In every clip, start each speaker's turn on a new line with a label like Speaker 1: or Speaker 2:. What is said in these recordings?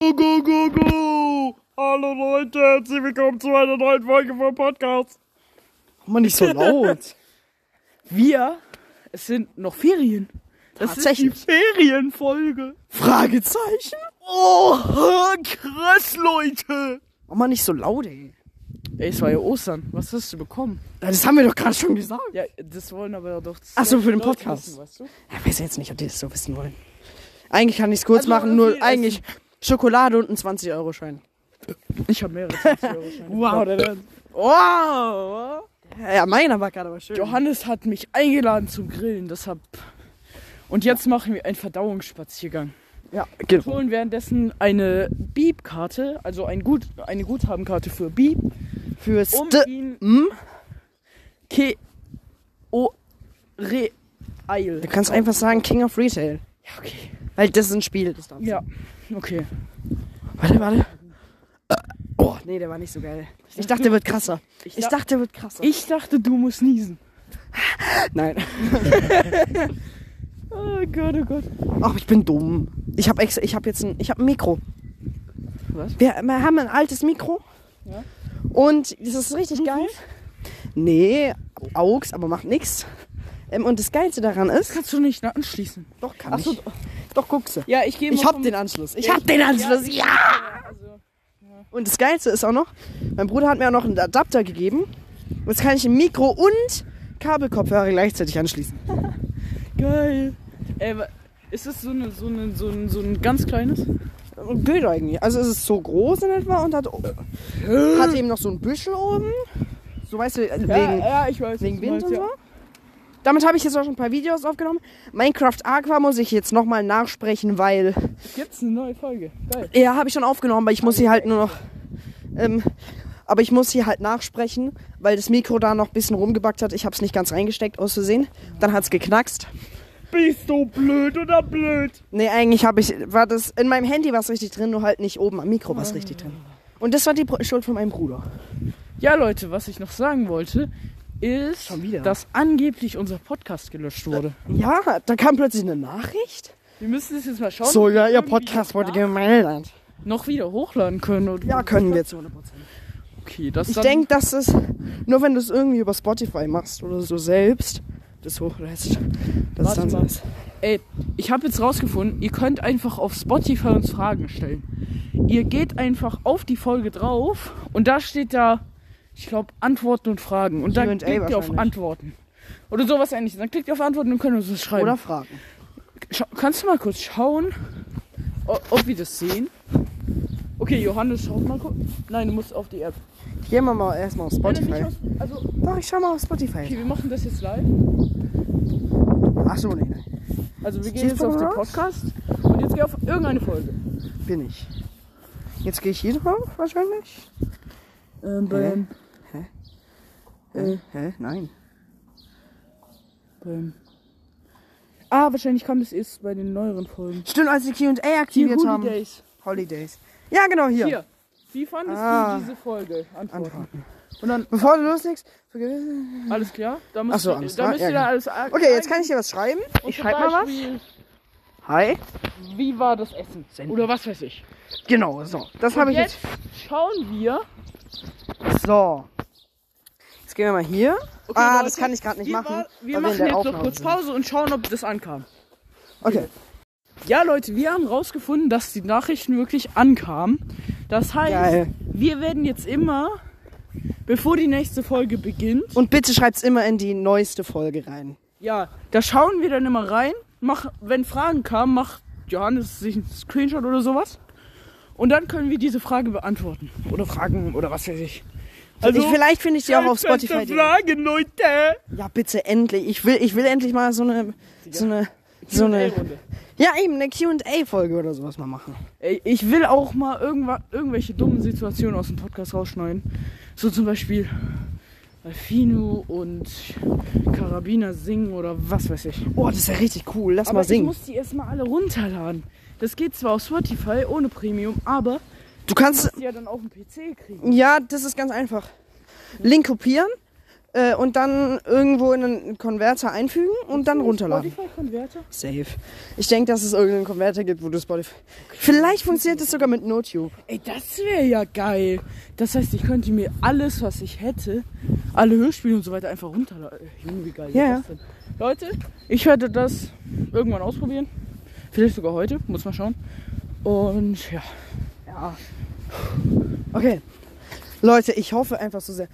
Speaker 1: Go, go, go, go! Hallo Leute, herzlich willkommen zu einer neuen Folge vom Podcast.
Speaker 2: Mann, nicht so laut.
Speaker 1: Wir, es sind noch Ferien. Das
Speaker 2: Tatsächlich.
Speaker 1: ist die Ferienfolge.
Speaker 2: Fragezeichen?
Speaker 1: Oh, krass, Leute!
Speaker 2: Oh Mann, nicht so laut, ey.
Speaker 1: Ey, es war ja Ostern. Was hast du bekommen?
Speaker 2: Das haben wir doch gerade schon gesagt.
Speaker 1: Ja, das wollen aber doch.
Speaker 2: Ach so, für den
Speaker 1: Leute
Speaker 2: Podcast.
Speaker 1: wissen, weißt du?
Speaker 2: Ich weiß jetzt nicht, ob die das so wissen wollen. Eigentlich kann ich es kurz
Speaker 1: Also,
Speaker 2: machen, nur
Speaker 1: irgendwie
Speaker 2: eigentlich Schokolade und ein 20-Euro-Schein.
Speaker 1: Ich habe mehrere. 20 Euro Scheine.
Speaker 2: Wow, der
Speaker 1: wow!
Speaker 2: Ja, meiner war gerade aber schön.
Speaker 1: Johannes hat mich eingeladen zum Grillen, deshalb. Und jetzt machen wir einen Verdauungsspaziergang.
Speaker 2: Ja, genau.
Speaker 1: holen währenddessen eine Beep-Karte, also ein Gut, eine Guthabenkarte für Beep,
Speaker 2: Für
Speaker 1: um
Speaker 2: St
Speaker 1: ihn
Speaker 2: hm?
Speaker 1: Ke o re eil.
Speaker 2: Du kannst einfach sagen King of Retail.
Speaker 1: Ja, okay.
Speaker 2: Weil das ist ein Spiel. Das darfst du.
Speaker 1: Ja, okay.
Speaker 2: Warte, warte. Oh, nee, der war nicht so geil. Ich dachte, der wird krasser.
Speaker 1: Ich,
Speaker 2: Ich
Speaker 1: da
Speaker 2: dachte, der wird krasser.
Speaker 1: ich dachte, du musst niesen.
Speaker 2: Nein.
Speaker 1: Oh Gott, oh Gott.
Speaker 2: Ach, ich bin dumm. Ich habe extra, ich habe jetzt ein, ich habe ein Mikro.
Speaker 1: Was?
Speaker 2: Wir, wir haben ein altes Mikro.
Speaker 1: Ja.
Speaker 2: Und das ist richtig geil. Nee, Augs, aber macht nichts. Ähm, und das Geilste daran ist,
Speaker 1: Kannst du nicht anschließen?
Speaker 2: doch kann
Speaker 1: Ach so,
Speaker 2: ich. Doch guckst du.
Speaker 1: Ja, ich gehe
Speaker 2: Ich hab den Anschluss. Ich hab den Anschluss. Ja.
Speaker 1: Also,
Speaker 2: Und das Geilste ist auch noch, mein Bruder hat mir auch noch einen Adapter gegeben. Und Jetzt kann ich ein Mikro und Kabelkopfhörer gleichzeitig anschließen.
Speaker 1: geil. Ey, Äh, wa- ist das so, eine, so, eine, so, ein, so ein ganz kleines?
Speaker 2: Geht eigentlich. Also es ist so groß in etwa und hat, hat eben noch so ein Büschel oben. So weißt du, wegen,
Speaker 1: ja, ich weiß.
Speaker 2: Wegen
Speaker 1: was du
Speaker 2: Wind
Speaker 1: meinst,
Speaker 2: und
Speaker 1: ja.
Speaker 2: so. Damit habe ich jetzt auch schon ein paar Videos aufgenommen. Minecraft Aqua muss ich jetzt nochmal nachsprechen, weil.
Speaker 1: Gibt's eine neue Folge? Geil.
Speaker 2: Ja, habe ich schon aufgenommen, aber ich muss sie halt nur noch. Ähm, aber ich muss sie halt nachsprechen, weil das Mikro da noch ein bisschen rumgebackt hat. Ich habe es nicht ganz reingesteckt, aus Versehen. Dann hat es geknackst.
Speaker 1: Bist du blöd oder blöd?
Speaker 2: Nee, eigentlich habe ich. War das. In meinem Handy war es richtig drin, nur halt nicht oben. Am Mikro war es richtig drin. Und das war die Br- Schuld von meinem Bruder.
Speaker 1: Ja, Leute, was ich noch sagen wollte, ist,
Speaker 2: Schon wieder?
Speaker 1: dass angeblich unser Podcast gelöscht wurde.
Speaker 2: Ja, da kam plötzlich eine Nachricht.
Speaker 1: Wir müssen es jetzt mal schauen.
Speaker 2: So,
Speaker 1: ob wir
Speaker 2: ja, ihr
Speaker 1: irgendwie
Speaker 2: Podcast wurde
Speaker 1: jetzt
Speaker 2: gemeldet.
Speaker 1: nach- noch wieder hochladen können. Und
Speaker 2: Ja, können wir zu 100%.
Speaker 1: Okay, das
Speaker 2: Ich
Speaker 1: dann-
Speaker 2: denke, dass es nur wenn du es irgendwie über Spotify machst oder so selbst das hochlässt, dass es
Speaker 1: Warte
Speaker 2: dann so
Speaker 1: mal.
Speaker 2: ist.
Speaker 1: Ey, ich habe jetzt rausgefunden, ihr könnt einfach auf Spotify uns Fragen stellen. Ihr geht einfach auf die Folge drauf und da steht da, ich glaube, Antworten und Fragen. Und
Speaker 2: Q&A
Speaker 1: dann klickt ihr auf
Speaker 2: wahrscheinlich.
Speaker 1: Antworten. Oder sowas ähnliches. Dann klickt ihr auf Antworten und könnt uns das schreiben.
Speaker 2: Oder Fragen.
Speaker 1: Scha kannst du mal kurz schauen, o- ob wir das sehen? Okay, Johannes, schaut mal kurz. Nein, du musst auf die App.
Speaker 2: Gehen wir mal erstmal auf
Speaker 1: Nein, nein,
Speaker 2: Spotify.
Speaker 1: nicht Aus, also, okay,
Speaker 2: Doch, ich schau mal auf Spotify.
Speaker 1: wir machen das jetzt live.
Speaker 2: Ach so, nee, nein.
Speaker 1: Also, wir
Speaker 2: Ist
Speaker 1: gehen
Speaker 2: das
Speaker 1: jetzt auf den
Speaker 2: Podcast?
Speaker 1: Podcast und jetzt geh auf irgendeine Folge.
Speaker 2: Bin ich. Jetzt gehe ich hier drauf, wahrscheinlich.
Speaker 1: Ähm,
Speaker 2: beim-
Speaker 1: Hä?
Speaker 2: Hä?
Speaker 1: Äh,
Speaker 2: Hä? Nein.
Speaker 1: beim. Ah, wahrscheinlich kam das erst bei den neueren Folgen.
Speaker 2: Stimmt, als die Q&A aktiviert haben.
Speaker 1: Days.
Speaker 2: Holidays. Ja, genau, hier.
Speaker 1: Hier. Wie fandest
Speaker 2: Ah.
Speaker 1: du diese Folge? Antworten.
Speaker 2: Antworten.
Speaker 1: Und dann,
Speaker 2: Bevor du loslegst. vergiss-
Speaker 1: alles klar? Da
Speaker 2: Ach
Speaker 1: müsst,
Speaker 2: so,
Speaker 1: ihr-
Speaker 2: alles
Speaker 1: da
Speaker 2: klar,
Speaker 1: müsst
Speaker 2: ja,
Speaker 1: ihr dann
Speaker 2: genau.
Speaker 1: alles
Speaker 2: Okay, jetzt kann ich dir was schreiben. Ich schreib mal was. Hi.
Speaker 1: Wie war das Essen?
Speaker 2: Senden.
Speaker 1: Oder was weiß ich.
Speaker 2: Genau, so. Das habe ich jetzt.
Speaker 1: jetzt schauen wir.
Speaker 2: So. Jetzt gehen wir mal hier. ah, das
Speaker 1: Leute,
Speaker 2: kann ich gerade nicht
Speaker 1: wie
Speaker 2: machen.
Speaker 1: war-
Speaker 2: weil
Speaker 1: wir
Speaker 2: in
Speaker 1: machen
Speaker 2: der
Speaker 1: jetzt noch
Speaker 2: Aufnahme
Speaker 1: kurz
Speaker 2: sind.
Speaker 1: Pause und schauen, ob das ankam.
Speaker 2: Okay.
Speaker 1: Ja, Leute, wir haben rausgefunden, dass die Nachrichten wirklich ankamen. Das heißt,
Speaker 2: Geil.
Speaker 1: wir werden jetzt immer, bevor die nächste Folge beginnt,
Speaker 2: Und bitte schreibt's immer in die neueste Folge rein.
Speaker 1: ja, da schauen wir dann immer rein. Mach, wenn Fragen kamen, macht Johannes sich einen Screenshot oder sowas. Und dann können wir diese Frage beantworten. Oder Fragen oder was weiß ich.
Speaker 2: Also
Speaker 1: Also
Speaker 2: ich, vielleicht finde ich die auch auf
Speaker 1: schreibt uns
Speaker 2: Spotify. die-
Speaker 1: Fragen, Leute.
Speaker 2: Ja, bitte endlich. Ich will, ich will endlich mal so eine, so eine, so eine,
Speaker 1: Runde.
Speaker 2: ja eben eine Q&A-Folge oder sowas mal machen.
Speaker 1: Ey, ich will auch mal irgendwa- irgendwelche dummen Situationen aus dem Podcast rausschneiden. So zum Beispiel Alfino und Karabiner singen oder was weiß ich.
Speaker 2: Oh, das ist ja richtig cool. Lass
Speaker 1: Aber
Speaker 2: mal
Speaker 1: ich
Speaker 2: singen.
Speaker 1: muss die erstmal alle runterladen. Das geht zwar auf Spotify ohne Premium, aber
Speaker 2: Du kannst,
Speaker 1: die ja dann auf dem PC kriegen.
Speaker 2: ja, das ist ganz einfach. Link kopieren, äh, und dann irgendwo in einen Konverter einfügen und dann runterladen.
Speaker 1: Spotify-Konverter?
Speaker 2: Safe. Ich denke, dass es irgendeinen Konverter gibt, wo du Spotify. Vielleicht funktioniert es sogar mit NoTube.
Speaker 1: Ey, das wäre ja geil. Das heißt, ich könnte mir alles, was ich hätte, alle Hörspiele und so weiter einfach runterladen. Äh, Junge, wie geil.
Speaker 2: Ja,
Speaker 1: ist das denn? Leute, ich werde das irgendwann ausprobieren. Vielleicht sogar heute, muss man schauen. Und ja,
Speaker 2: Okay. Leute, ich hoffe einfach so sehr,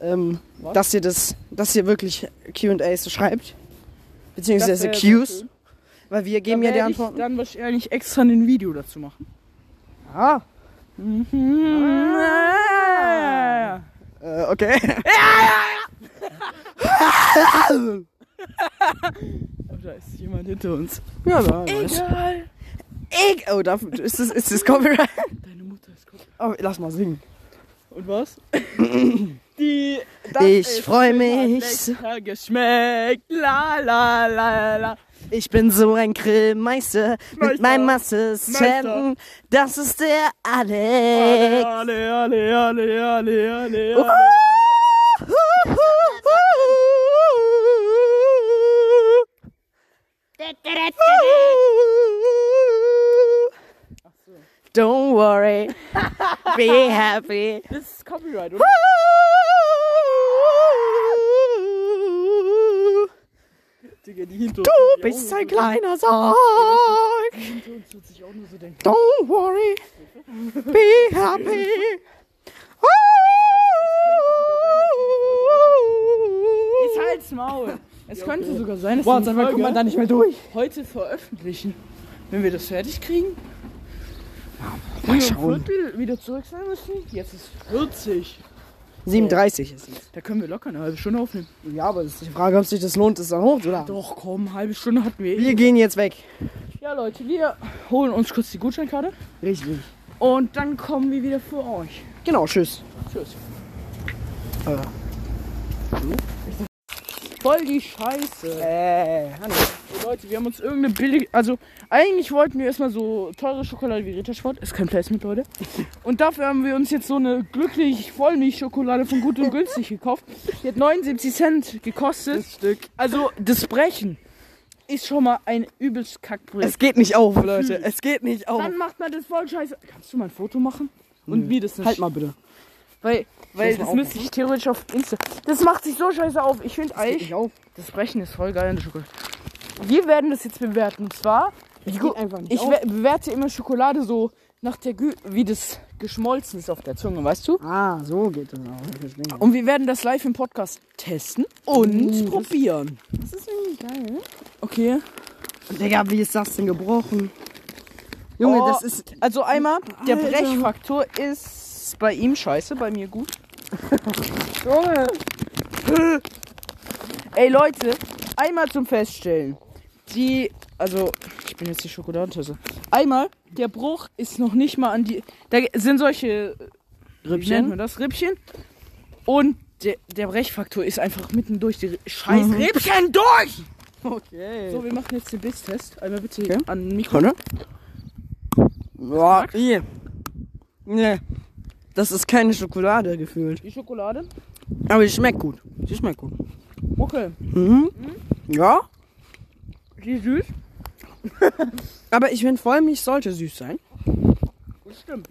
Speaker 2: ähm,
Speaker 1: Was?
Speaker 2: dass ihr das, dass ihr wirklich QAs schreibt. Beziehungsweise
Speaker 1: Das wär
Speaker 2: Qs.
Speaker 1: so schön.
Speaker 2: Weil wir geben
Speaker 1: Da
Speaker 2: ja die
Speaker 1: werd ich
Speaker 2: Antworten.
Speaker 1: Dann wahrscheinlich extra ein Video dazu machen.
Speaker 2: Ah. Äh, okay.
Speaker 1: Oh, da ist jemand hinter uns.
Speaker 2: Ja, na, nice.
Speaker 1: Egal.
Speaker 2: Eg- Oh, darf, ist das, ist das Copyright?
Speaker 1: Deine Mutter ist gut.
Speaker 2: Oh, lass mal singen.
Speaker 1: Und was? Die.
Speaker 2: Ich
Speaker 1: ist
Speaker 2: freu
Speaker 1: schön, hat
Speaker 2: mich.
Speaker 1: lecker Geschmeckt. La la la la.
Speaker 2: Ich bin so ein Grillmeister mit
Speaker 1: Meister.
Speaker 2: meinem Assistenten. Das ist der Alex.
Speaker 1: Alle, alle, alle, alle, alle, alle.
Speaker 2: Don't worry, be happy.
Speaker 1: Das ist Copyright, oder? Digga, die hinter uns.
Speaker 2: Du bist ein kleiner Sarg.
Speaker 1: Hinter uns wird sich auch nur so denken.
Speaker 2: Don't worry, be happy.
Speaker 1: Jetzt halt's Maul. Es könnte sogar sein, dass
Speaker 2: Boah,
Speaker 1: die
Speaker 2: sag mal, kommt
Speaker 1: Folge
Speaker 2: man da nicht mehr durch.
Speaker 1: heute veröffentlichen. Wenn wir das fertig kriegen,
Speaker 2: Mal
Speaker 1: wir um Viertel wieder zurück sein müssen. Jetzt ist 40.
Speaker 2: 37 ist es.
Speaker 1: Da können wir locker eine halbe Stunde aufnehmen.
Speaker 2: Ja, aber es ist die Frage, ob sich das lohnt, ist dann hoch, oder?
Speaker 1: Doch, komm, eine halbe Stunde hatten wir. eh.
Speaker 2: Wir gehen jetzt weg.
Speaker 1: Ja, Leute, wir holen uns kurz die Gutscheinkarte
Speaker 2: Richtig.
Speaker 1: und dann kommen wir wieder für euch.
Speaker 2: Genau, tschüss.
Speaker 1: Tschüss.
Speaker 2: Äh.
Speaker 1: Voll die Scheiße.
Speaker 2: Äh, Hanni.
Speaker 1: Ey, Leute, wir haben uns irgendeine billige. Also, eigentlich wollten wir erstmal so teure Schokolade wie Rittersport. Ist kein Placement, Leute. Und dafür haben wir uns jetzt so eine glücklich Vollmilchschokolade von gut und günstig gekauft. Die hat 79 Cent gekostet.
Speaker 2: Stück.
Speaker 1: Also, das Brechen ist schon mal ein übelst Kackprojekt.
Speaker 2: Es geht nicht auf, Leute. Es geht nicht auf.
Speaker 1: Dann macht man das voll scheiße. Kannst du mal ein Foto machen? Und wie das nicht?
Speaker 2: Halt mal bitte.
Speaker 1: Weil, weil
Speaker 2: muss man
Speaker 1: das müsste ich theoretisch auf Insta. Das macht sich so scheiße auf. Ich finde
Speaker 2: Geht
Speaker 1: eigentlich,
Speaker 2: nicht auf.
Speaker 1: das Brechen ist voll geil in der Schokolade. Wir werden das jetzt bewerten. Und zwar,
Speaker 2: Es
Speaker 1: gu-
Speaker 2: geht einfach nicht
Speaker 1: ich
Speaker 2: auf.
Speaker 1: we- bewerte immer Schokolade so nach der Gü wie das geschmolzen ist auf der Zunge, weißt du?
Speaker 2: Ah, so geht das auch. Ich verstehe.
Speaker 1: Und wir werden das live im Podcast testen und probieren.
Speaker 2: Das ist irgendwie geil.
Speaker 1: ne? Okay.
Speaker 2: Digga, wie ist das denn gebrochen? Junge,
Speaker 1: Oh,
Speaker 2: das ist.
Speaker 1: Also einmal, der
Speaker 2: Alter.
Speaker 1: Brechfaktor ist bei ihm scheiße, bei mir gut. Junge. Ey Leute, einmal zum Feststellen. Die, also, ich bin jetzt die Schokoladentasse. Einmal, der Bruch ist noch nicht mal an die. Da sind solche Rippchen. Wie nennt man das? Rippchen. Und der, der Brechfaktor ist einfach mitten durch die Ri- Scheiß
Speaker 2: Mhm.
Speaker 1: Rippchen durch!
Speaker 2: Okay.
Speaker 1: So, wir machen jetzt den Biss-Test. Einmal bitte
Speaker 2: Okay.
Speaker 1: an den Mikro.
Speaker 2: Warte. Boah, ih. nee. Das ist keine Schokolade gefühlt.
Speaker 1: Die Schokolade.
Speaker 2: Aber die schmeckt gut. Die schmeckt gut.
Speaker 1: Okay.
Speaker 2: Mhm. Ja.
Speaker 1: Die ist süß.
Speaker 2: Aber ich finde, Vollmilch sollte süß sein.
Speaker 1: Das stimmt.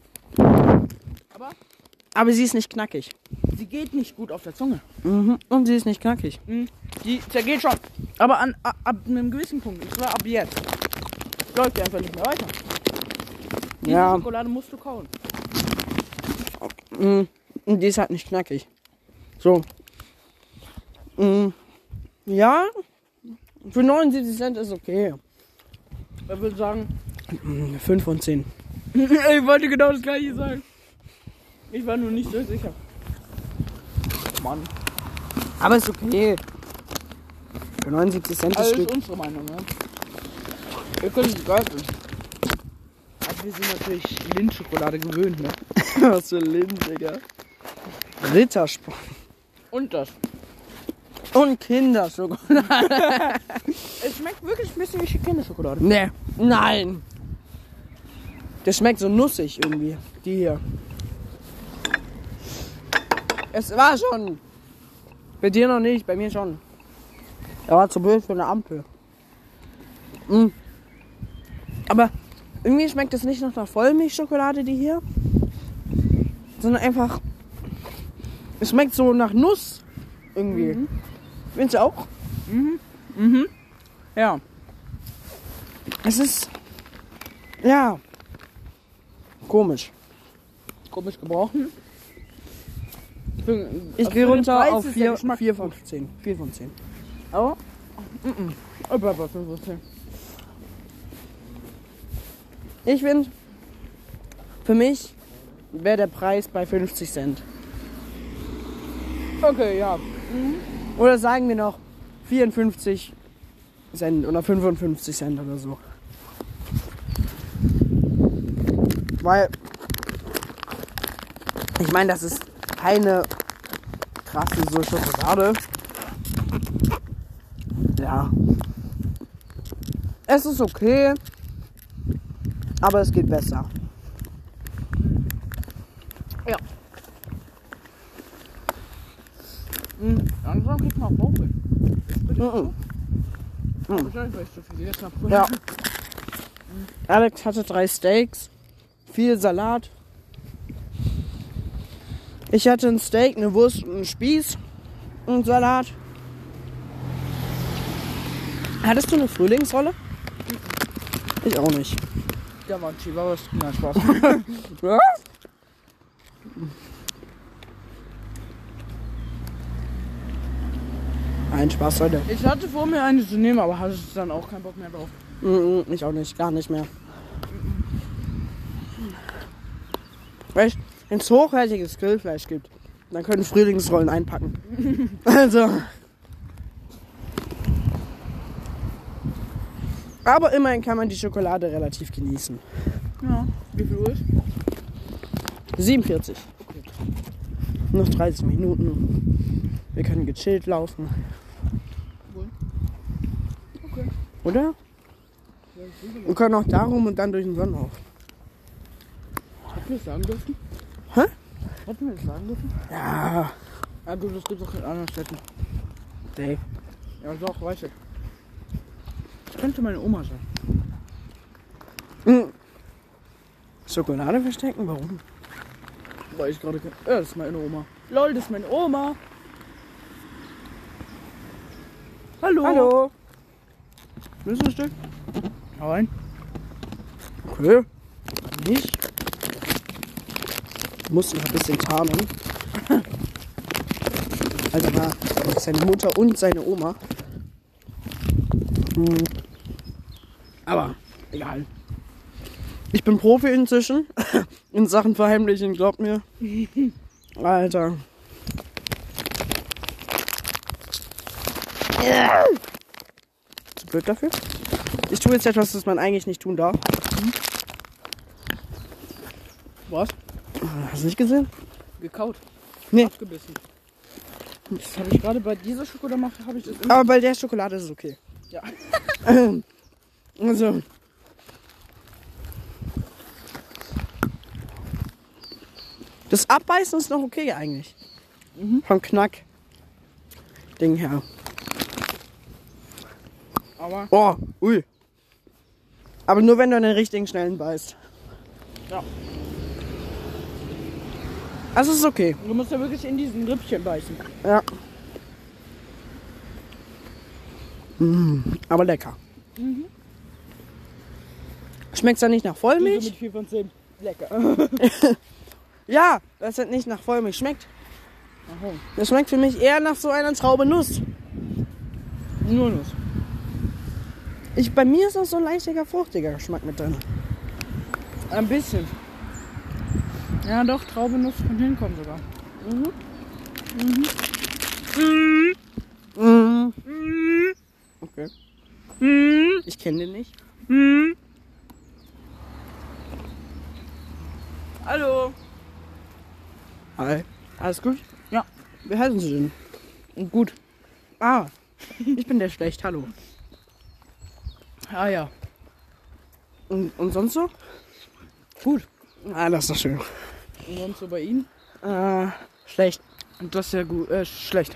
Speaker 2: Aber sie ist nicht knackig.
Speaker 1: Sie geht nicht gut auf der Zunge.
Speaker 2: Mhm. Und sie ist nicht knackig.
Speaker 1: Die zergeht schon. Aber an, ab, ab einem gewissen Punkt. Und zwar ab jetzt. Läuft die einfach nicht mehr weiter. Diese
Speaker 2: Ja.
Speaker 1: Schokolade musst du kauen.
Speaker 2: Mhm. Und die ist halt nicht knackig. So. Mhm. Ja. Für 79 Cent ist okay.
Speaker 1: Ich würde sagen,
Speaker 2: 5 von 10.
Speaker 1: ich wollte genau das gleiche sagen. Ich war nur nicht so sicher. Mann.
Speaker 2: Aber ist okay. Für 79 Cent das
Speaker 1: Also
Speaker 2: Stück.
Speaker 1: ist unsere Meinung, ne? Wir können es geil finden. Aber wir sind natürlich Lindschokolade gewöhnt, ne?
Speaker 2: Was für Lind, Digga. Rittersport.
Speaker 1: Und das.
Speaker 2: Und Kinderschokolade.
Speaker 1: Es schmeckt wirklich ein bisschen wie Kinderschokolade.
Speaker 2: Nee. Nein. Das schmeckt so nussig irgendwie. Die hier. Es war schon Bei dir noch nicht, bei mir schon. Er war zu blöd für eine Ampel. Mm. Aber irgendwie schmeckt es nicht nach einer Vollmilchschokolade, die hier. Sondern einfach. Es schmeckt so nach Nuss. Irgendwie. Mhm. Findest du auch?
Speaker 1: Ja.
Speaker 2: Es ist. Ja. Komisch.
Speaker 1: Komisch gebrochen.
Speaker 2: Ich gehe runter auf 4,
Speaker 1: vier
Speaker 2: 4 von 10. 4 von 10.
Speaker 1: Aber. Mm -mm. Aber, aber 5 aus 10.
Speaker 2: Ich finde, für mich wäre der Preis bei 50 Cent.
Speaker 1: Okay, ja.
Speaker 2: Oder sagen wir noch 54 Cent oder 55 Cent oder so. Weil, ich meine, das ist keine krasse so Schokolade. Ja. Es ist okay, aber es geht besser.
Speaker 1: Ja. Mhm. Langsam kriegt man Bauchweh.
Speaker 2: Mhm.
Speaker 1: Wahrscheinlich, weil ich zu viel gegessen habe.
Speaker 2: Ja. Alex hatte drei Steaks, viel Salat. Ich hatte ein Steak, eine Wurst und einen Spieß und Salat. Hattest du eine Frühlingsrolle? Ich auch nicht.
Speaker 1: Der war ein Chihuahua, ist kein Spaß.
Speaker 2: Ein Spaß heute.
Speaker 1: Ich hatte vor mir eine zu nehmen, aber hatte dann auch keinen Bock mehr drauf.
Speaker 2: Mhm, Ich auch nicht, gar nicht mehr. Weißt wenn es hochwertiges Grillfleisch gibt, dann können Frühlingsrollen einpacken. Also. Aber immerhin kann man die Schokolade relativ genießen.
Speaker 1: Ja. Wie viel Uhr ist?
Speaker 2: 47.
Speaker 1: Okay.
Speaker 2: Noch 30 Minuten. Wir können gechillt laufen.
Speaker 1: Wohl. Okay.
Speaker 2: Oder? Wir können auch darum und dann durch den Sonnenhof.
Speaker 1: Habt ihr das sagen dürfen?
Speaker 2: Hä?
Speaker 1: Habt ihr das sagen dürfen?
Speaker 2: Ja.
Speaker 1: Ja gut, das gibt's auch in anderen Städten.
Speaker 2: Nee.
Speaker 1: Ja doch, weiß ich. Das könnte meine Oma sein.
Speaker 2: Mm. Schokolade verstecken? Warum?
Speaker 1: Weil ich gerade... ke- Ja, das ist meine Oma. Lol, das ist meine Oma. Hallo.
Speaker 2: Hallo. Willst du ein Stück?
Speaker 1: Nein.
Speaker 2: Okay. Nicht. Muss noch ein bisschen tarnen. Also war seine Mutter und seine Oma. Mm. Aber egal. Ich bin Profi inzwischen. In Sachen verheimlichen, glaubt mir. Alter. Zu blöd dafür? Ich tue jetzt etwas, das man eigentlich nicht tun darf.
Speaker 1: Was?
Speaker 2: Hast du nicht gesehen?
Speaker 1: Gekaut.
Speaker 2: Nee.
Speaker 1: Abgebissen. Das habe ich gerade bei dieser Schokolade gemacht, habe ich das immer.
Speaker 2: Aber bei der Schokolade ist es okay.
Speaker 1: Ja.
Speaker 2: Also. Das Abbeißen ist noch okay eigentlich. Vom Knack. Ding her.
Speaker 1: Aber
Speaker 2: Oh, ui. Aber nur wenn du in den richtigen Schnellen beißt.
Speaker 1: Ja.
Speaker 2: Also es ist okay.
Speaker 1: du musst ja wirklich in diesen Rippchen beißen.
Speaker 2: Ja. Mm, aber lecker.
Speaker 1: Mhm.
Speaker 2: Schmeckt's dann nicht nach
Speaker 1: Wieso
Speaker 2: Vollmilch?
Speaker 1: mit 4 von 10. Lecker.
Speaker 2: Ja, das hat nicht nach Vollmilch schmeckt.
Speaker 1: Aha.
Speaker 2: Das schmeckt für mich eher nach so einer Traube Nuss.
Speaker 1: Nur Nuss.
Speaker 2: Ich, bei mir ist noch so ein leichtiger, fruchtiger Geschmack mit drin.
Speaker 1: Ein bisschen. Ja, doch, Traube Nuss kann hinkommen sogar.
Speaker 2: Mhm.
Speaker 1: Mhm.
Speaker 2: Okay. Ich kenne den nicht.
Speaker 1: mhm. Hallo.
Speaker 2: Hi. Alles gut?
Speaker 1: Ja.
Speaker 2: Wie heißen Sie denn?
Speaker 1: Gut.
Speaker 2: Ah, ich bin der Schlecht. Hallo.
Speaker 1: Ah ja.
Speaker 2: Und, und sonst so?
Speaker 1: Gut.
Speaker 2: Ah, das ist doch schön.
Speaker 1: Und sonst so bei Ihnen?
Speaker 2: Äh, schlecht.
Speaker 1: Und das ist ja gut. Äh, schlecht.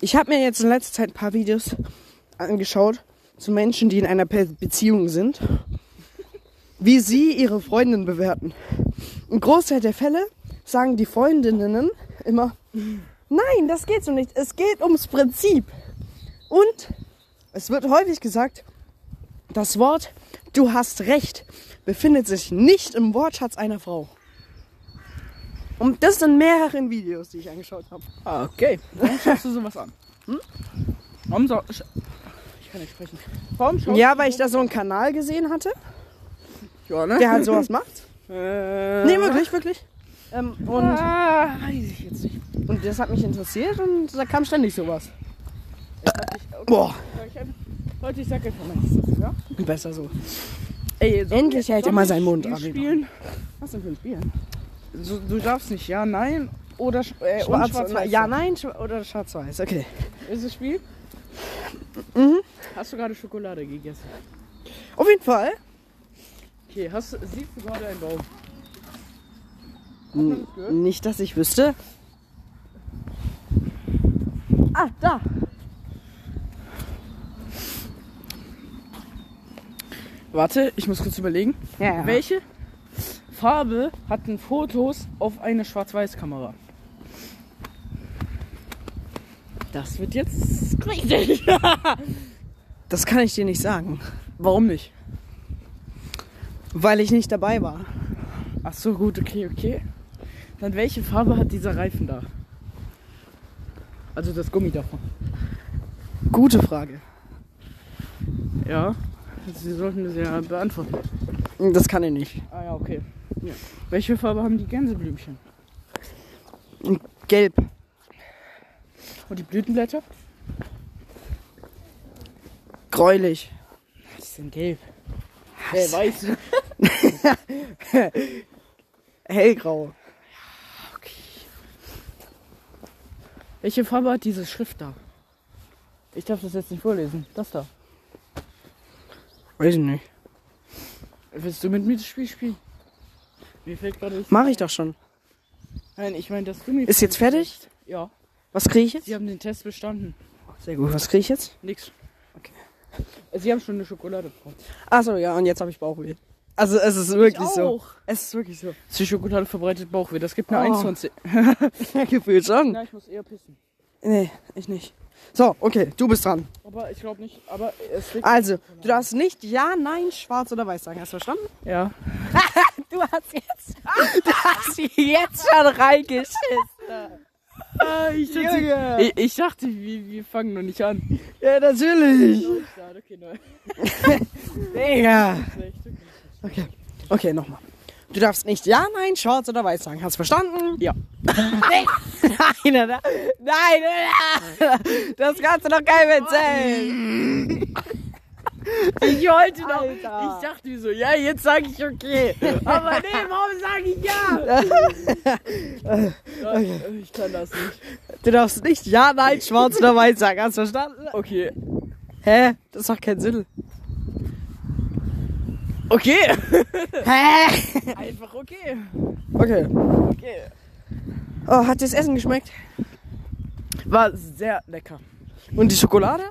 Speaker 2: Ich habe mir jetzt in letzter Zeit ein paar Videos angeschaut zu Menschen, die in einer Pe Beziehung sind, wie sie ihre Freundin bewerten. Im Großteil der Fälle sagen die Freundinnen immer, nein, das geht so nicht. Es geht ums Prinzip. Und es wird häufig gesagt, das Wort du hast recht befindet sich nicht im Wortschatz einer Frau. Und das in mehreren Videos, die ich angeschaut habe.
Speaker 1: Ah, okay. Warum schaust du sowas an? Hm? Warum so, ich, ich kann nicht sprechen. Warum schaust
Speaker 2: Ja, weil ich da so einen Kanal gesehen hatte,
Speaker 1: Ja, ne?
Speaker 2: der halt sowas macht.
Speaker 1: Äh,
Speaker 2: Nee, wirklich, wirklich. Ähm, und,
Speaker 1: Ah, weiß ich jetzt nicht.
Speaker 2: und das hat mich interessiert und da kam ständig sowas.
Speaker 1: Boah. Leute, ich sag einfach mal nichts dazu, ja?
Speaker 2: Besser so.
Speaker 1: Ey, so,
Speaker 2: Endlich hält er mal seinen Mund
Speaker 1: Spiel
Speaker 2: an.
Speaker 1: spielen?
Speaker 2: Was denn für ein Spiel?
Speaker 1: So, du darfst nicht ja, nein oder sch äh, und
Speaker 2: Schwarz,
Speaker 1: schwarz
Speaker 2: ja, nein, schwa- oder schwarz-weiß. Okay.
Speaker 1: Ist es Spiel? Mhm. Hast du gerade Schokolade gegessen?
Speaker 2: Auf jeden Fall.
Speaker 1: Okay, hast, du- siehst du gerade einen Baum?
Speaker 2: N- Nicht, dass ich wüsste. Ah, da.
Speaker 1: Warte, ich muss kurz überlegen.
Speaker 2: Ja, ja.
Speaker 1: Welche Farbe hatten Fotos auf eine Schwarz-Weiß-Kamera? Das wird jetzt richtig.
Speaker 2: Das kann ich dir nicht sagen,
Speaker 1: Warum nicht?
Speaker 2: weil ich nicht dabei war.
Speaker 1: Ach so, gut, okay, okay. Dann welche Farbe hat dieser Reifen da? Also das Gummi davon.
Speaker 2: Gute Frage.
Speaker 1: Ja, Sie sollten das ja beantworten.
Speaker 2: Das kann ich nicht.
Speaker 1: Ah ja, okay. Ja. Welche Farbe haben die Gänseblümchen?
Speaker 2: Gelb.
Speaker 1: Und die Blütenblätter? Ah,
Speaker 2: Gräulich.
Speaker 1: Die sind gelb. Äh, weiß.
Speaker 2: Hellgrau.
Speaker 1: Welche Farbe hat diese Schrift da? Ich darf das jetzt nicht vorlesen. Das da.
Speaker 2: Weiß ich nicht.
Speaker 1: Willst du mit mir das Spiel spielen? Mir fällt gerade nichts
Speaker 2: Mache ich doch schon.
Speaker 1: ein. Nein, ich meine, das Gummi.
Speaker 2: Ist jetzt fertig?
Speaker 1: Ja.
Speaker 2: Was kriege ich
Speaker 1: Sie
Speaker 2: jetzt?
Speaker 1: haben den Test bestanden.
Speaker 2: Sehr gut. Was kriege ich jetzt?
Speaker 1: Nix. Okay. Sie haben schon eine Schokolade bekommen.
Speaker 2: Achso, ja, und jetzt habe ich Bauchweh. Also es ist wirklich so.
Speaker 1: auch.
Speaker 2: Es ist wirklich so.
Speaker 1: Ist die Schokolade verbreitet Bauchweh. Das gibt eine
Speaker 2: Oh.
Speaker 1: 1 von 10.
Speaker 2: Gefühlt schon.
Speaker 1: Nein, ich muss eher pissen.
Speaker 2: Nee, ich nicht. So, okay, du bist dran.
Speaker 1: Aber ich glaube nicht. Aber es liegt.
Speaker 2: Also, du darfst nicht ja, nein, schwarz oder weiß sagen. Hast du verstanden?
Speaker 1: Ja.
Speaker 2: Du hast jetzt, du hast jetzt schon reingeschissen.
Speaker 1: Ah, ich,
Speaker 2: Junge.
Speaker 1: ich, dachte, wir, wir fangen noch nicht an.
Speaker 2: Ja, natürlich.
Speaker 1: Okay, nein.
Speaker 2: Digga.
Speaker 1: Schlecht, okay.
Speaker 2: Okay, okay, nochmal. Du darfst nicht ja, nein, schwarz oder weiß sagen. Hast du verstanden?
Speaker 1: Ja.
Speaker 2: Nein, oder? Nein, oder? Das kannst du doch keinem erzählen.
Speaker 1: Ich wollte noch.
Speaker 2: Alter.
Speaker 1: Ich dachte mir so, ja, jetzt sage ich okay. Aber nee, warum sage ich ja? Äh, Ich kann das nicht.
Speaker 2: Du darfst nicht ja, nein, schwarz oder weiß sagen. Hast du verstanden?
Speaker 1: Okay.
Speaker 2: Hä? Das macht keinen Sinn.
Speaker 1: Okay.
Speaker 2: Hä?
Speaker 1: Einfach okay.
Speaker 2: Okay.
Speaker 1: Okay.
Speaker 2: Oh, hat dir das Essen geschmeckt?
Speaker 1: War sehr lecker.
Speaker 2: Und die Schokolade?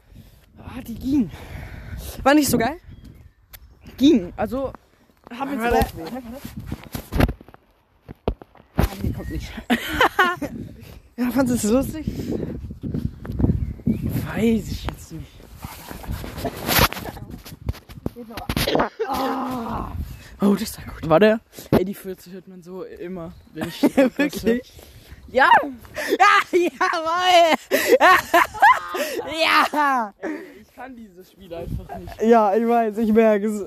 Speaker 1: Ah, die ging.
Speaker 2: War nicht so geil?
Speaker 1: Ging. Also, haben
Speaker 2: Warte.
Speaker 1: jetzt Bauchweh. Ah, nee, kommt nicht.
Speaker 2: Ja, fandest du es lustig?
Speaker 1: Weiß ich jetzt nicht.
Speaker 2: Oh, das war gut.
Speaker 1: War der? Ey, die 40 hört man so immer, wenn ich
Speaker 2: Wirklich?
Speaker 1: Ja!
Speaker 2: Ja, jawohl! ja!
Speaker 1: Ich kann dieses Spiel einfach nicht.
Speaker 2: Ja, ich weiß, ich merke es.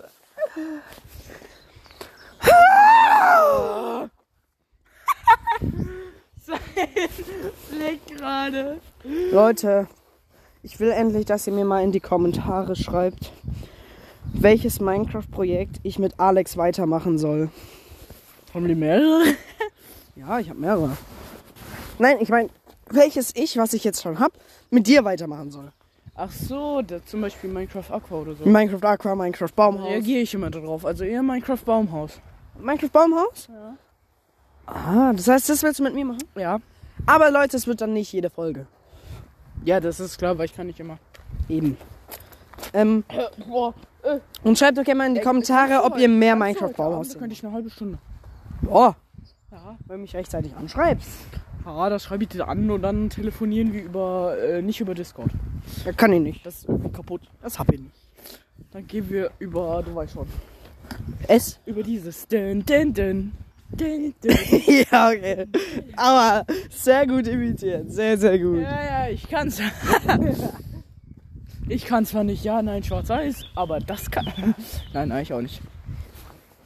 Speaker 1: Leck gerade.
Speaker 2: Leute, ich will endlich, dass ihr mir mal in die Kommentare schreibt, welches Minecraft-Projekt ich mit Alex weitermachen soll.
Speaker 1: Haben die mehrere?
Speaker 2: Ja, ich habe mehrere. Nein, ich meine, welches ich, was ich jetzt schon habe, mit dir weitermachen soll.
Speaker 1: Ach so, da zum Beispiel Minecraft Aqua oder so.
Speaker 2: Minecraft Aqua, Minecraft Baumhaus.
Speaker 1: Reagiere ich immer drauf. Also eher Minecraft Baumhaus.
Speaker 2: Minecraft Baumhaus?
Speaker 1: Ja.
Speaker 2: Ah, das heißt, das willst du mit mir machen?
Speaker 1: Ja.
Speaker 2: Aber Leute, es wird dann nicht jede Folge.
Speaker 1: Ja, das ist klar, weil ich kann nicht immer.
Speaker 2: Eben. Ähm,
Speaker 1: Boah,
Speaker 2: und schreibt doch gerne mal in die
Speaker 1: Ey,
Speaker 2: Kommentare,
Speaker 1: kannst du
Speaker 2: ob ihr mehr
Speaker 1: kannst du heute
Speaker 2: Minecraft-Bauer
Speaker 1: Abend,
Speaker 2: habt.
Speaker 1: könnte ich eine halbe Stunde.
Speaker 2: Boah,
Speaker 1: Ja.
Speaker 2: wenn Oh. du mich rechtzeitig anschreibst.
Speaker 1: Ja, das schreibe ich dir an und dann telefonieren wir über, äh, nicht über Discord.
Speaker 2: Ja, kann ich nicht.
Speaker 1: Das ist irgendwie kaputt.
Speaker 2: Das hab ich nicht.
Speaker 1: Dann gehen wir über, du weißt schon,
Speaker 2: Es?
Speaker 1: über dieses. Dun, dun, dun, dun, dun.
Speaker 2: ja, okay. Aber sehr gut imitiert. Sehr, sehr gut.
Speaker 1: Ja, ja, ich kann's. ich kann zwar nicht ja, nein, schwarz-weiß, aber das kann. nein, nein, ich auch nicht.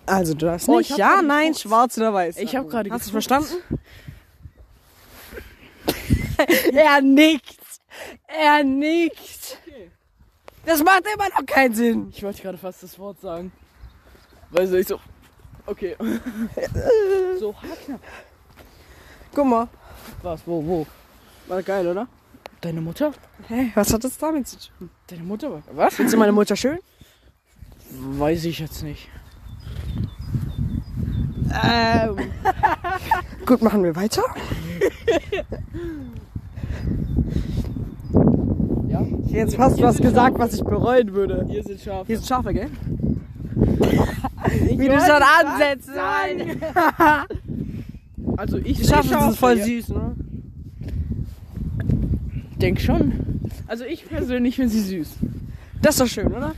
Speaker 2: Also, du hast
Speaker 1: Oh, ich
Speaker 2: nicht
Speaker 1: hab
Speaker 2: ja,
Speaker 1: gerade
Speaker 2: nein,
Speaker 1: geguckt.
Speaker 2: schwarz oder weiß.
Speaker 1: Ich hab gerade
Speaker 2: Hast du
Speaker 1: geguckt.
Speaker 2: verstanden? er nickt. Er nickt. Das macht immer noch keinen Sinn.
Speaker 1: Ich wollte gerade fast das Wort sagen. Weil so ich so. Okay. so haarknapp.
Speaker 2: Guck mal.
Speaker 1: Was? Wo? Wo?
Speaker 2: War geil, oder?
Speaker 1: Deine Mutter?
Speaker 2: Hä? Was hat das damit zu tun?
Speaker 1: Deine Mutter war. Was?
Speaker 2: Findest du meine Mutter schön?
Speaker 1: Weiß ich jetzt nicht.
Speaker 2: Ähm. Gut, machen wir weiter.
Speaker 1: Ja?
Speaker 2: Ich hätte jetzt fast was gesagt, was ich bereuen würde.
Speaker 1: Hier sind Schafe.
Speaker 2: Hier sind Schafe, gell?
Speaker 1: Ich
Speaker 2: Wie du
Speaker 1: wollte
Speaker 2: schon
Speaker 1: was
Speaker 2: ansetzt.
Speaker 1: sagen.
Speaker 2: Nein.
Speaker 1: Also ich
Speaker 2: Die Schafe sind voll
Speaker 1: ja.
Speaker 2: süß, ne?
Speaker 1: Denk schon. Also ich persönlich finde sie süß.
Speaker 2: Das ist doch schön, oder?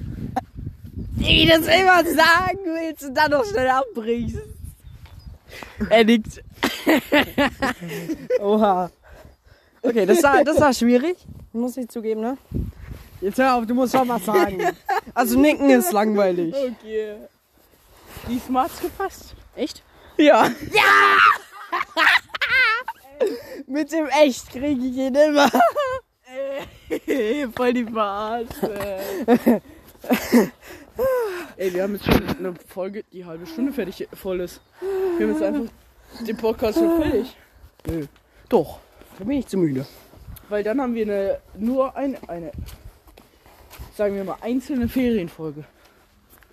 Speaker 2: Wie du das immer sagen willst und dann noch schnell abbrichst. Er nickt. Oha. Okay, das war, das war schwierig. Muss ich zugeben, ne? Jetzt hör auf, du musst schon was sagen. Also nicken ist langweilig.
Speaker 1: Okay. Diesmal hat's gepasst.
Speaker 2: Echt?
Speaker 1: Ja.
Speaker 2: Mit dem Echt kriege ich ihn immer.
Speaker 1: Voll die Vase. Ey, wir haben jetzt schon eine Folge, die halbe Stunde fertig voll ist. Wir haben jetzt einfach den Podcast schon fertig.
Speaker 2: Nö,
Speaker 1: Doch.
Speaker 2: da bin ich zu müde.
Speaker 1: Weil dann haben wir eine, nur ein, eine, sagen wir mal, einzelne Ferienfolge.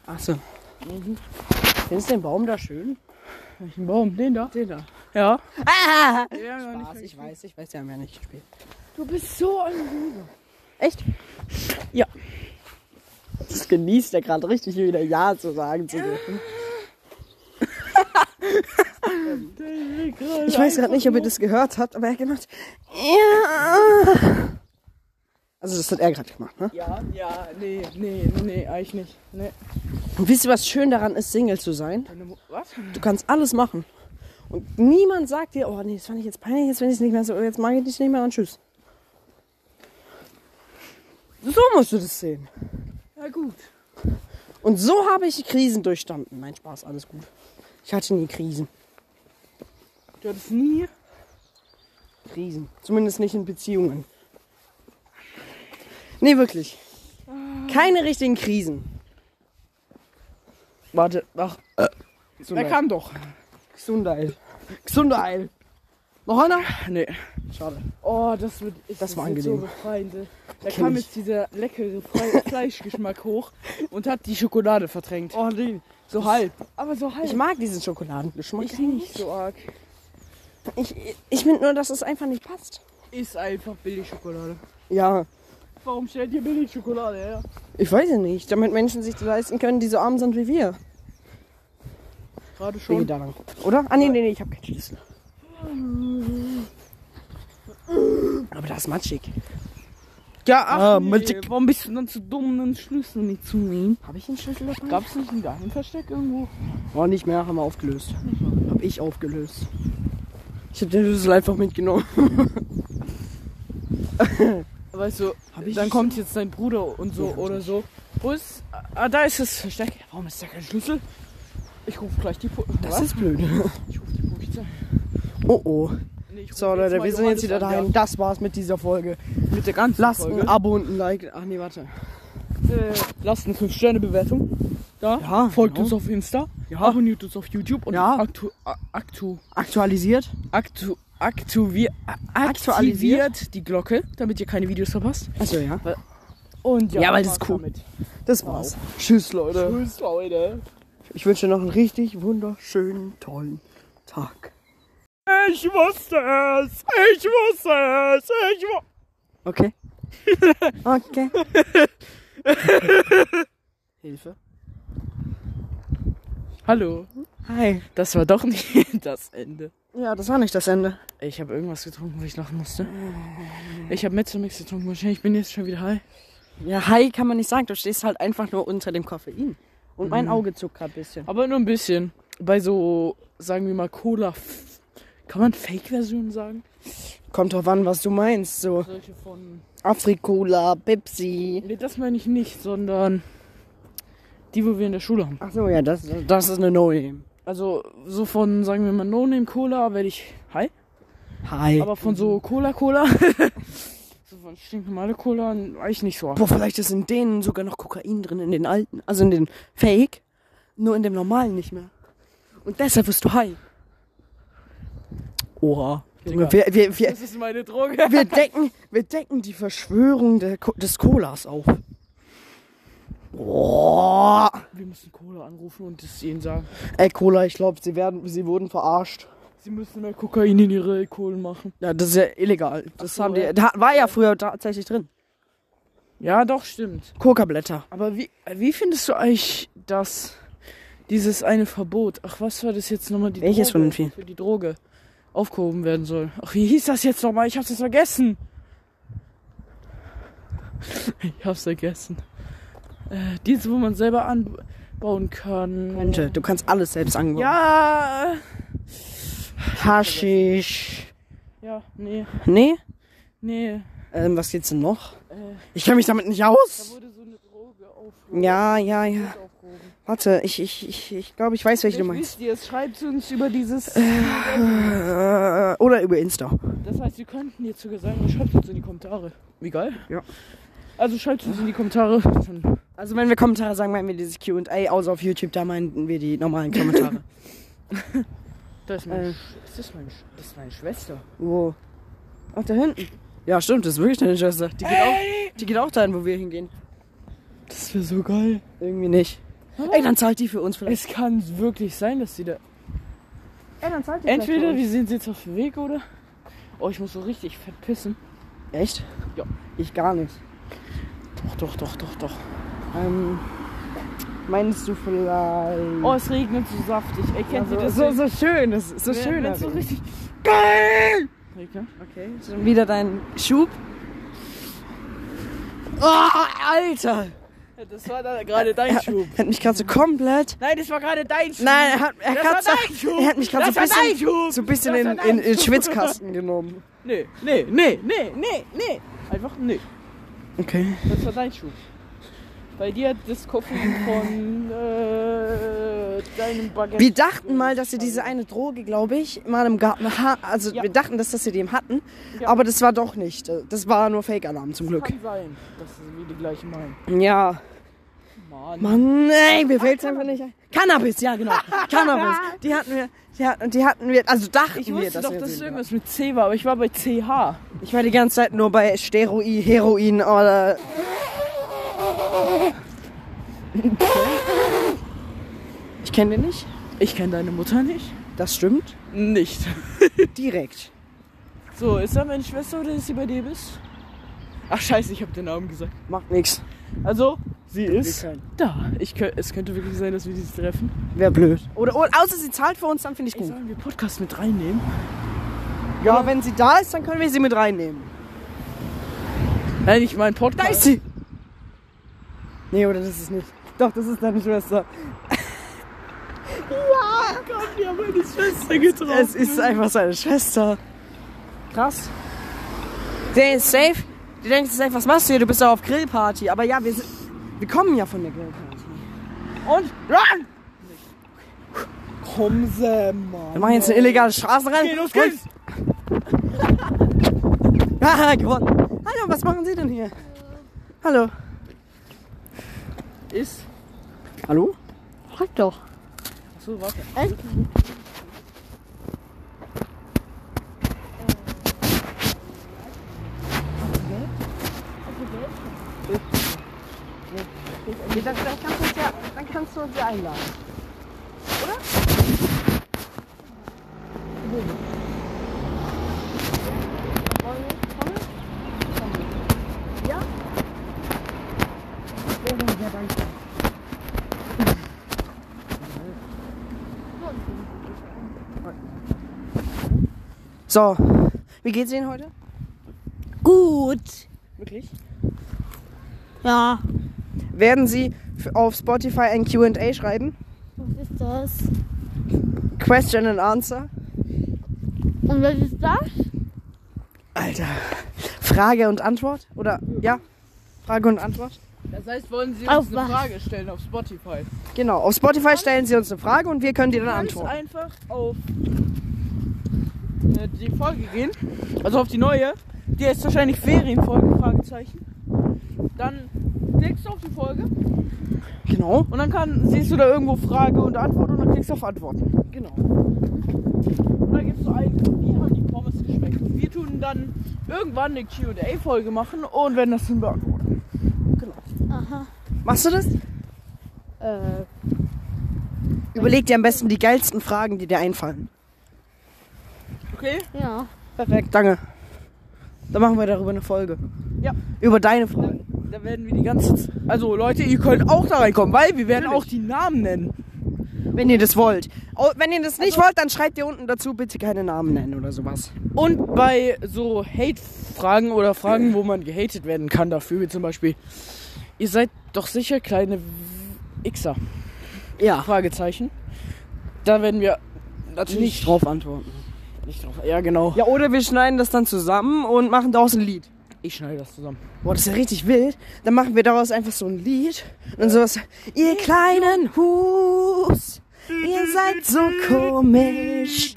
Speaker 2: Achso. Findest du den Baum da schön?
Speaker 1: Welchen Baum? Den da?
Speaker 2: Den da.
Speaker 1: Ja.
Speaker 2: Ah!
Speaker 1: ja
Speaker 2: Spaß, ich weiß, ich weiß, wir haben ja nicht gespielt.
Speaker 1: Du bist so ein...
Speaker 2: Echt? Ja. Das genießt er gerade richtig, wieder Ja zu sagen zu dürfen. Ich weiß gerade nicht, ob ihr das gehört habt, aber er hat gemacht. Ja. Also das hat er gerade gemacht, ne?
Speaker 1: Ja, ja, nee, nee, nee, eigentlich nicht. Nee.
Speaker 2: Und wisst ihr, was schön daran ist, Single zu sein?
Speaker 1: Deine Mu- Was?
Speaker 2: Du kannst alles machen. Und niemand sagt dir, oh nee, das fand ich jetzt peinlich, jetzt finde ich es nicht mehr so, jetzt mag ich dich nicht mehr und tschüss. So musst du das sehen.
Speaker 1: Na gut.
Speaker 2: Und so habe ich Krisen durchstanden. Mein Spaß, alles gut. Ich hatte nie Krisen.
Speaker 1: Du hattest nie...
Speaker 2: Krisen. Zumindest nicht in Beziehungen. Nee, wirklich. Keine richtigen Krisen.
Speaker 1: Warte, ach, er kam doch.
Speaker 2: Gesundheit. Gesundheit. Noch einer?
Speaker 1: Nee.
Speaker 2: Schade.
Speaker 1: Oh, das wird. Ist
Speaker 2: Das war
Speaker 1: wird
Speaker 2: angenehm.
Speaker 1: So befreiend. Da
Speaker 2: Kenn
Speaker 1: kam
Speaker 2: ich.
Speaker 1: jetzt dieser leckere Fle Fleischgeschmack hoch und hat die Schokolade verdrängt.
Speaker 2: Oh nee.
Speaker 1: so halb. Aber so halb.
Speaker 2: Ich mag diesen Schokoladengeschmack.
Speaker 1: Ich nicht so arg.
Speaker 2: Ich, ich, ich finde nur, dass es einfach nicht passt.
Speaker 1: Ist einfach Billigschokolade.
Speaker 2: Ja.
Speaker 1: Warum stellt ihr Billigschokolade her?
Speaker 2: Ich weiß ja nicht. Damit Menschen sich das leisten können, die so arm sind wie wir.
Speaker 1: Gerade
Speaker 2: Wegen
Speaker 1: schon.
Speaker 2: daran. Oder? Ah, nee, nee, nee, ich habe keinen Schlüssel. Aber das ist matschig.
Speaker 1: Ja,
Speaker 2: Ah,
Speaker 1: nee,
Speaker 2: Magic.
Speaker 1: Warum bist du dann zu dumm, einen Schlüssel nicht zu nehmen?
Speaker 2: Habe ich einen Schlüssel dabei?
Speaker 1: Gab's nicht ein Geheimversteck irgendwo?
Speaker 2: War Oh, nicht mehr, haben wir aufgelöst. Hab ich aufgelöst. Ich habe den Schlüssel einfach mitgenommen.
Speaker 1: Weißt du,
Speaker 2: Hab ich-
Speaker 1: dann kommt jetzt dein Bruder und so
Speaker 2: Nee, hab ich
Speaker 1: oder so. Wo ist. Ah, da ist das Versteck. Warum ist da kein Schlüssel? Ich rufe gleich die Polizei.
Speaker 2: ist blöd.
Speaker 1: Ich rufe die Polizei.
Speaker 2: Oh oh.
Speaker 1: Nee, ich ruf
Speaker 2: So
Speaker 1: jetzt
Speaker 2: Leute,
Speaker 1: mal
Speaker 2: wir sind jetzt
Speaker 1: Johannes
Speaker 2: wieder
Speaker 1: an,
Speaker 2: daheim. Das war's mit dieser Folge.
Speaker 1: Ja. Mit der ganzen
Speaker 2: Lasst ein
Speaker 1: Folge.
Speaker 2: Abo und ein Like. Ach nee, warte.
Speaker 1: Äh, lasst eine 5-Sterne-Bewertung. Da.
Speaker 2: Ja,
Speaker 1: Folgt
Speaker 2: genau.
Speaker 1: uns auf Insta. Abonniert uns auf YouTube. Und
Speaker 2: Ja.
Speaker 1: aktu a- aktu
Speaker 2: Aktualisiert.
Speaker 1: aktu aktuvi- a-
Speaker 2: Aktualisiert.
Speaker 1: aktiviert die Glocke, damit ihr keine Videos verpasst.
Speaker 2: Achso, ja.
Speaker 1: Und ja,
Speaker 2: Ja, weil
Speaker 1: Spaß
Speaker 2: das ist cool.
Speaker 1: damit.
Speaker 2: Das war's. Tschüss Leute.
Speaker 1: Tschüss, Leute.
Speaker 2: Ich wünsche noch einen richtig wunderschönen, tollen Tag.
Speaker 1: Ich wusste es! Ich wusste es! Ich wusste
Speaker 2: Okay. okay.
Speaker 1: Hilfe. Hallo.
Speaker 2: Hi.
Speaker 1: Das war doch nicht das Ende.
Speaker 2: Ja, das war nicht das Ende.
Speaker 1: Ich habe irgendwas getrunken, wo ich lachen musste. Ich habe Mezzomix getrunken, wahrscheinlich bin ich jetzt schon wieder high.
Speaker 2: Ja, hi kann man nicht sagen. Du stehst halt einfach nur unter dem Koffein. Und mein Auge zuckt gerade ein bisschen.
Speaker 1: Aber nur ein bisschen. Bei so, sagen wir mal, Cola. F- Kann man Fake-Version sagen?
Speaker 2: Kommt drauf an, was du meinst. So
Speaker 1: Solche von.
Speaker 2: Afrikola, Pepsi.
Speaker 1: Nee, das meine ich nicht, sondern die, wo wir in der Schule haben.
Speaker 2: Ach so, ja, das, das ist eine No-Name.
Speaker 1: Also so von, sagen wir mal, No-Name-Cola werde ich high.
Speaker 2: Hi.
Speaker 1: Aber von so Cola-Cola. so von stinknormale Cola war ich nicht so. ab.
Speaker 2: Boah, vielleicht ist in denen sogar noch Kokain drin, in den alten. Also in den Fake, nur in dem normalen nicht mehr. Und deshalb wirst du high.
Speaker 1: Oha.
Speaker 2: Junge, wir, wir, wir,
Speaker 1: Das ist meine Droge.
Speaker 2: wir, decken, wir decken die Verschwörung der, Co- des Colas auf. Boah.
Speaker 1: Wir müssen Cola anrufen und es ihnen sagen.
Speaker 2: Ey, Cola, ich glaube, sie, werden- sie wurden verarscht.
Speaker 1: Sie müssen mehr Kokain in ihre Kohlen machen.
Speaker 2: Ja, das ist ja illegal. Das
Speaker 1: so,
Speaker 2: haben die,
Speaker 1: ja.
Speaker 2: da war ja früher tatsächlich drin.
Speaker 1: Ja, doch, stimmt.
Speaker 2: Coca-Blätter.
Speaker 1: Aber wie, wie findest du eigentlich das, dieses eine Verbot, ach was war das jetzt nochmal, die
Speaker 2: Welches
Speaker 1: Droge,
Speaker 2: von den vielen?
Speaker 1: für die Droge aufgehoben werden soll? Ach, wie hieß das jetzt nochmal? Ich hab's jetzt vergessen. Ich hab's vergessen. Äh, diese, wo man selber anbauen kann.
Speaker 2: Könnte. Du kannst alles selbst anbauen.
Speaker 1: Ja,
Speaker 2: Haschisch.
Speaker 1: ja, nee,
Speaker 2: Nee?
Speaker 1: nee.
Speaker 2: Ähm, was geht's denn noch?
Speaker 1: Äh,
Speaker 2: Ich kenne mich damit nicht
Speaker 1: da
Speaker 2: aus.
Speaker 1: wurde so eine Droge aufgehoben.
Speaker 2: Ja, ja, ja.
Speaker 1: aufgehoben.
Speaker 2: Warte, ich, ich, ich, ich glaube, ich weiß, welche
Speaker 1: Ich
Speaker 2: du meinst.
Speaker 1: wisst ihr, es schreibt uns über dieses...
Speaker 2: Äh, oder über Insta.
Speaker 1: Das heißt, wir könnten jetzt sogar sagen, schreibt uns in die Kommentare. Wie geil.
Speaker 2: Ja.
Speaker 1: Also schreibt uns in die Kommentare. Dann-
Speaker 2: Also wenn wir Kommentare sagen, meinen wir dieses Q&A, außer auf YouTube, da meinten wir die normalen Kommentare.
Speaker 1: Da ist
Speaker 2: Äh.
Speaker 1: meine, Sch- ist das, meine, Sch- das ist meine Schwester.
Speaker 2: wo? Ach, da hinten. Ja, stimmt, das ist wirklich deine Schwester. Die geht, auch, die geht auch dahin, wo wir hingehen.
Speaker 1: Das wäre so geil.
Speaker 2: Irgendwie nicht. Ey, dann zahlt die für uns vielleicht.
Speaker 1: Es kann wirklich sein, dass sie da...
Speaker 2: Ey, dann zahlt die
Speaker 1: Entweder wir sind jetzt auf dem Weg, oder? Oh, ich muss so richtig fett pissen.
Speaker 2: Echt?
Speaker 1: Ja.
Speaker 2: Ich gar nicht.
Speaker 1: Doch, doch, doch, doch, doch.
Speaker 2: Ähm, meinst du vielleicht...
Speaker 1: Oh, es regnet so saftig. Ey, kennt ihr
Speaker 2: so,
Speaker 1: das?
Speaker 2: so, so schön, das ist so
Speaker 1: Wenn-
Speaker 2: schön. also.
Speaker 1: wenn's so
Speaker 2: aber-
Speaker 1: richtig... Regnet.
Speaker 2: Okay, schon wieder dein Schub. Oh, Alter!
Speaker 1: Das war da gerade dein Schub.
Speaker 2: Er hat mich gerade so komplett.
Speaker 1: Nein, das war gerade dein Schub.
Speaker 2: Nein, er hat, er
Speaker 1: Das
Speaker 2: hat, so,
Speaker 1: war dein Schub.
Speaker 2: er hat mich gerade so
Speaker 1: Das
Speaker 2: ein
Speaker 1: war dein
Speaker 2: bisschen,
Speaker 1: Schub.
Speaker 2: so ein bisschen
Speaker 1: Das
Speaker 2: in,
Speaker 1: war
Speaker 2: in,
Speaker 1: dein
Speaker 2: in den
Speaker 1: Schub.
Speaker 2: Schwitzkasten genommen.
Speaker 1: Nee, nee, nee, nee, nee, nee. Einfach nee.
Speaker 2: Okay.
Speaker 1: Das war dein Schuh. Bei dir hat das Koffein von äh, deinem Baguette.
Speaker 2: Wir dachten mal, dass sie diese eine Droge, glaube ich, mal im Garten ha Also
Speaker 1: Ja.
Speaker 2: wir dachten, dass, dass sie die eben hatten.
Speaker 1: Ja.
Speaker 2: Aber das war doch nicht. Das war nur Fake-Alarm zum Glück.
Speaker 1: Kann sein, dass sie die gleiche meinen.
Speaker 2: Ja.
Speaker 1: Mann.
Speaker 2: Mann, ey, mir fällt's einfach nicht ein. Cannabis, ja genau. Cannabis. Die hatten wir. Die hatten, die hatten wir. Also dachten
Speaker 1: Ich
Speaker 2: wir,
Speaker 1: wusste
Speaker 2: dass
Speaker 1: doch,
Speaker 2: wir
Speaker 1: dass es
Speaker 2: sie
Speaker 1: irgendwas mit C war, aber ich war bei CH.
Speaker 2: Ich war die ganze Zeit nur bei Steroid, Heroin oder. Ich kenne den nicht.
Speaker 1: Ich kenne deine Mutter nicht.
Speaker 2: Das stimmt.
Speaker 1: Nicht.
Speaker 2: Direkt.
Speaker 1: So, ist da meine Schwester oder ist sie bei dir bist? Ach scheiße, ich habe den Namen gesagt.
Speaker 2: Macht nichts.
Speaker 1: Also, sie ist
Speaker 2: Wäre
Speaker 1: da. Ich, kö- es könnte wirklich sein, dass wir dieses treffen.
Speaker 2: blöd. Oder, oder außer sie zahlt für uns, dann finde ich
Speaker 1: Ey,
Speaker 2: gut.
Speaker 1: sollen wir Podcast mit reinnehmen?
Speaker 2: Ja, wenn sie da ist, dann können wir sie mit reinnehmen.
Speaker 1: Nein, ich meine Podcast.
Speaker 2: Da ist sie! Nee, oder das ist nicht. Doch, das ist deine Schwester.
Speaker 1: Oh Gott, wir haben meine Schwester getroffen.
Speaker 2: Es ist einfach seine Schwester. Oh, Krass. Der ist safe. Die denkt safe, was machst du hier? Du bist doch auf Grillparty. Aber ja, wir, sind, wir kommen ja von der Grillparty.
Speaker 1: Und run! Komm, Sam,
Speaker 2: Wir
Speaker 1: Mann.
Speaker 2: machen jetzt eine illegale Straßenrennen.
Speaker 1: Okay, los geht's!
Speaker 2: Haha, gewonnen. Hallo, was machen Sie denn hier? Hallo.
Speaker 1: Ist.
Speaker 2: Hallo? Frag doch.
Speaker 1: Achso, warte.
Speaker 2: dann, kannst du uns ja, dann kannst du uns ja einladen. Oder? So, wie geht's Ihnen heute?
Speaker 3: Gut.
Speaker 1: Wirklich?
Speaker 3: Ja.
Speaker 2: Werden Sie f- auf Spotify ein QA schreiben?
Speaker 3: Was ist das?
Speaker 2: Question and Answer?
Speaker 3: Und was ist das?
Speaker 2: Alter. Frage und Antwort? Oder ja? Frage und Antwort?
Speaker 1: Das heißt, wollen Sie uns
Speaker 3: Auf
Speaker 1: eine
Speaker 3: was?
Speaker 1: Frage stellen auf Spotify?
Speaker 2: Genau. Auf Spotify stellen Sie uns eine Frage und wir können die dann
Speaker 1: Ganz
Speaker 2: antworten.
Speaker 1: einfach auf äh, die Folge gehen. Also auf die neue. Die ist wahrscheinlich Ferienfolge, Fragezeichen. Dann klickst du auf die Folge
Speaker 2: Genau.
Speaker 1: und dann kann, siehst du da irgendwo Frage und Antwort und dann klickst du auf Antworten.
Speaker 2: Genau.
Speaker 1: Und dann gibst du ein, wie haben die Pommes geschmeckt? Und wir tun dann irgendwann eine QA-Folge machen und werden das dann beantworten.
Speaker 3: Aha.
Speaker 2: Machst du das?
Speaker 3: Äh,
Speaker 2: Überleg dir am besten die geilsten Fragen, die dir einfallen.
Speaker 1: Okay?
Speaker 3: ja.
Speaker 2: Perfekt, danke. Dann machen wir darüber eine Folge.
Speaker 1: Ja.
Speaker 2: Über deine Fragen.
Speaker 1: Da werden wir die ganze Z- Also Leute, ihr könnt auch da reinkommen, weil wir werden auch die Namen nennen.
Speaker 2: Wenn ihr das wollt. Oh, wenn ihr das nicht wollt, dann schreibt ihr unten dazu, bitte keine Namen nennen oder sowas.
Speaker 1: Und bei so Hate-Fragen oder Fragen, wo man gehatet werden kann dafür, wie zum Beispiel, ihr seid doch sicher kleine W- Xer,
Speaker 2: Ja.
Speaker 1: Fragezeichen. Da werden wir natürlich
Speaker 2: Nicht drauf antworten.
Speaker 1: Nicht drauf. Ja, genau.
Speaker 2: Ja, oder wir schneiden das dann zusammen und machen daraus ein Lied.
Speaker 1: Ich schneide das zusammen.
Speaker 2: Boah, das ist ja richtig wild. Dann machen wir daraus einfach so ein Lied und sowas. Ihr kleinen Hus, ihr seid so komisch.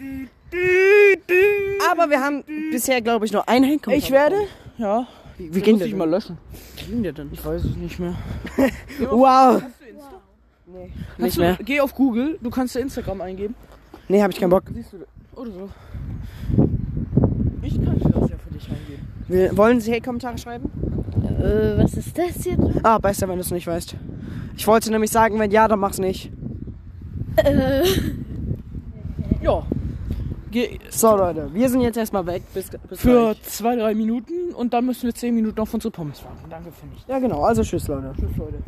Speaker 2: Aber wir haben bisher, glaube ich, nur ein Hate.
Speaker 1: Ich werde. Ja.
Speaker 2: Wie, wie ging
Speaker 1: muss
Speaker 2: der
Speaker 1: ich
Speaker 2: denn?
Speaker 1: mal löschen.
Speaker 2: Wie ging der denn?
Speaker 1: Ich weiß es nicht mehr.
Speaker 2: Wow.
Speaker 1: Kannst
Speaker 2: Nicht mehr.
Speaker 1: Du, geh auf Google, du kannst dir Instagram eingeben.
Speaker 2: Nee, hab ich keinen Bock.
Speaker 1: Siehst du Oder so. Ich kann dir das ja für dich eingeben.
Speaker 2: Wir, wollen Sie Hate-Kommentare schreiben?
Speaker 3: Äh, was ist das jetzt?
Speaker 2: Ah, besser, wenn du es nicht weißt. Ich wollte nämlich sagen, wenn ja, dann mach's nicht.
Speaker 3: Euh,
Speaker 1: Ja. Geh,
Speaker 2: So, Leute, wir sind jetzt erstmal weg. Bis, bis
Speaker 1: für
Speaker 2: gleich.
Speaker 1: zwei, drei Minuten und dann müssen wir zehn Minuten auf unsere Pommes warten. Danke, finde ich.
Speaker 2: Ja, genau. Also, tschüss, Leute.
Speaker 1: Tschüss, Leute.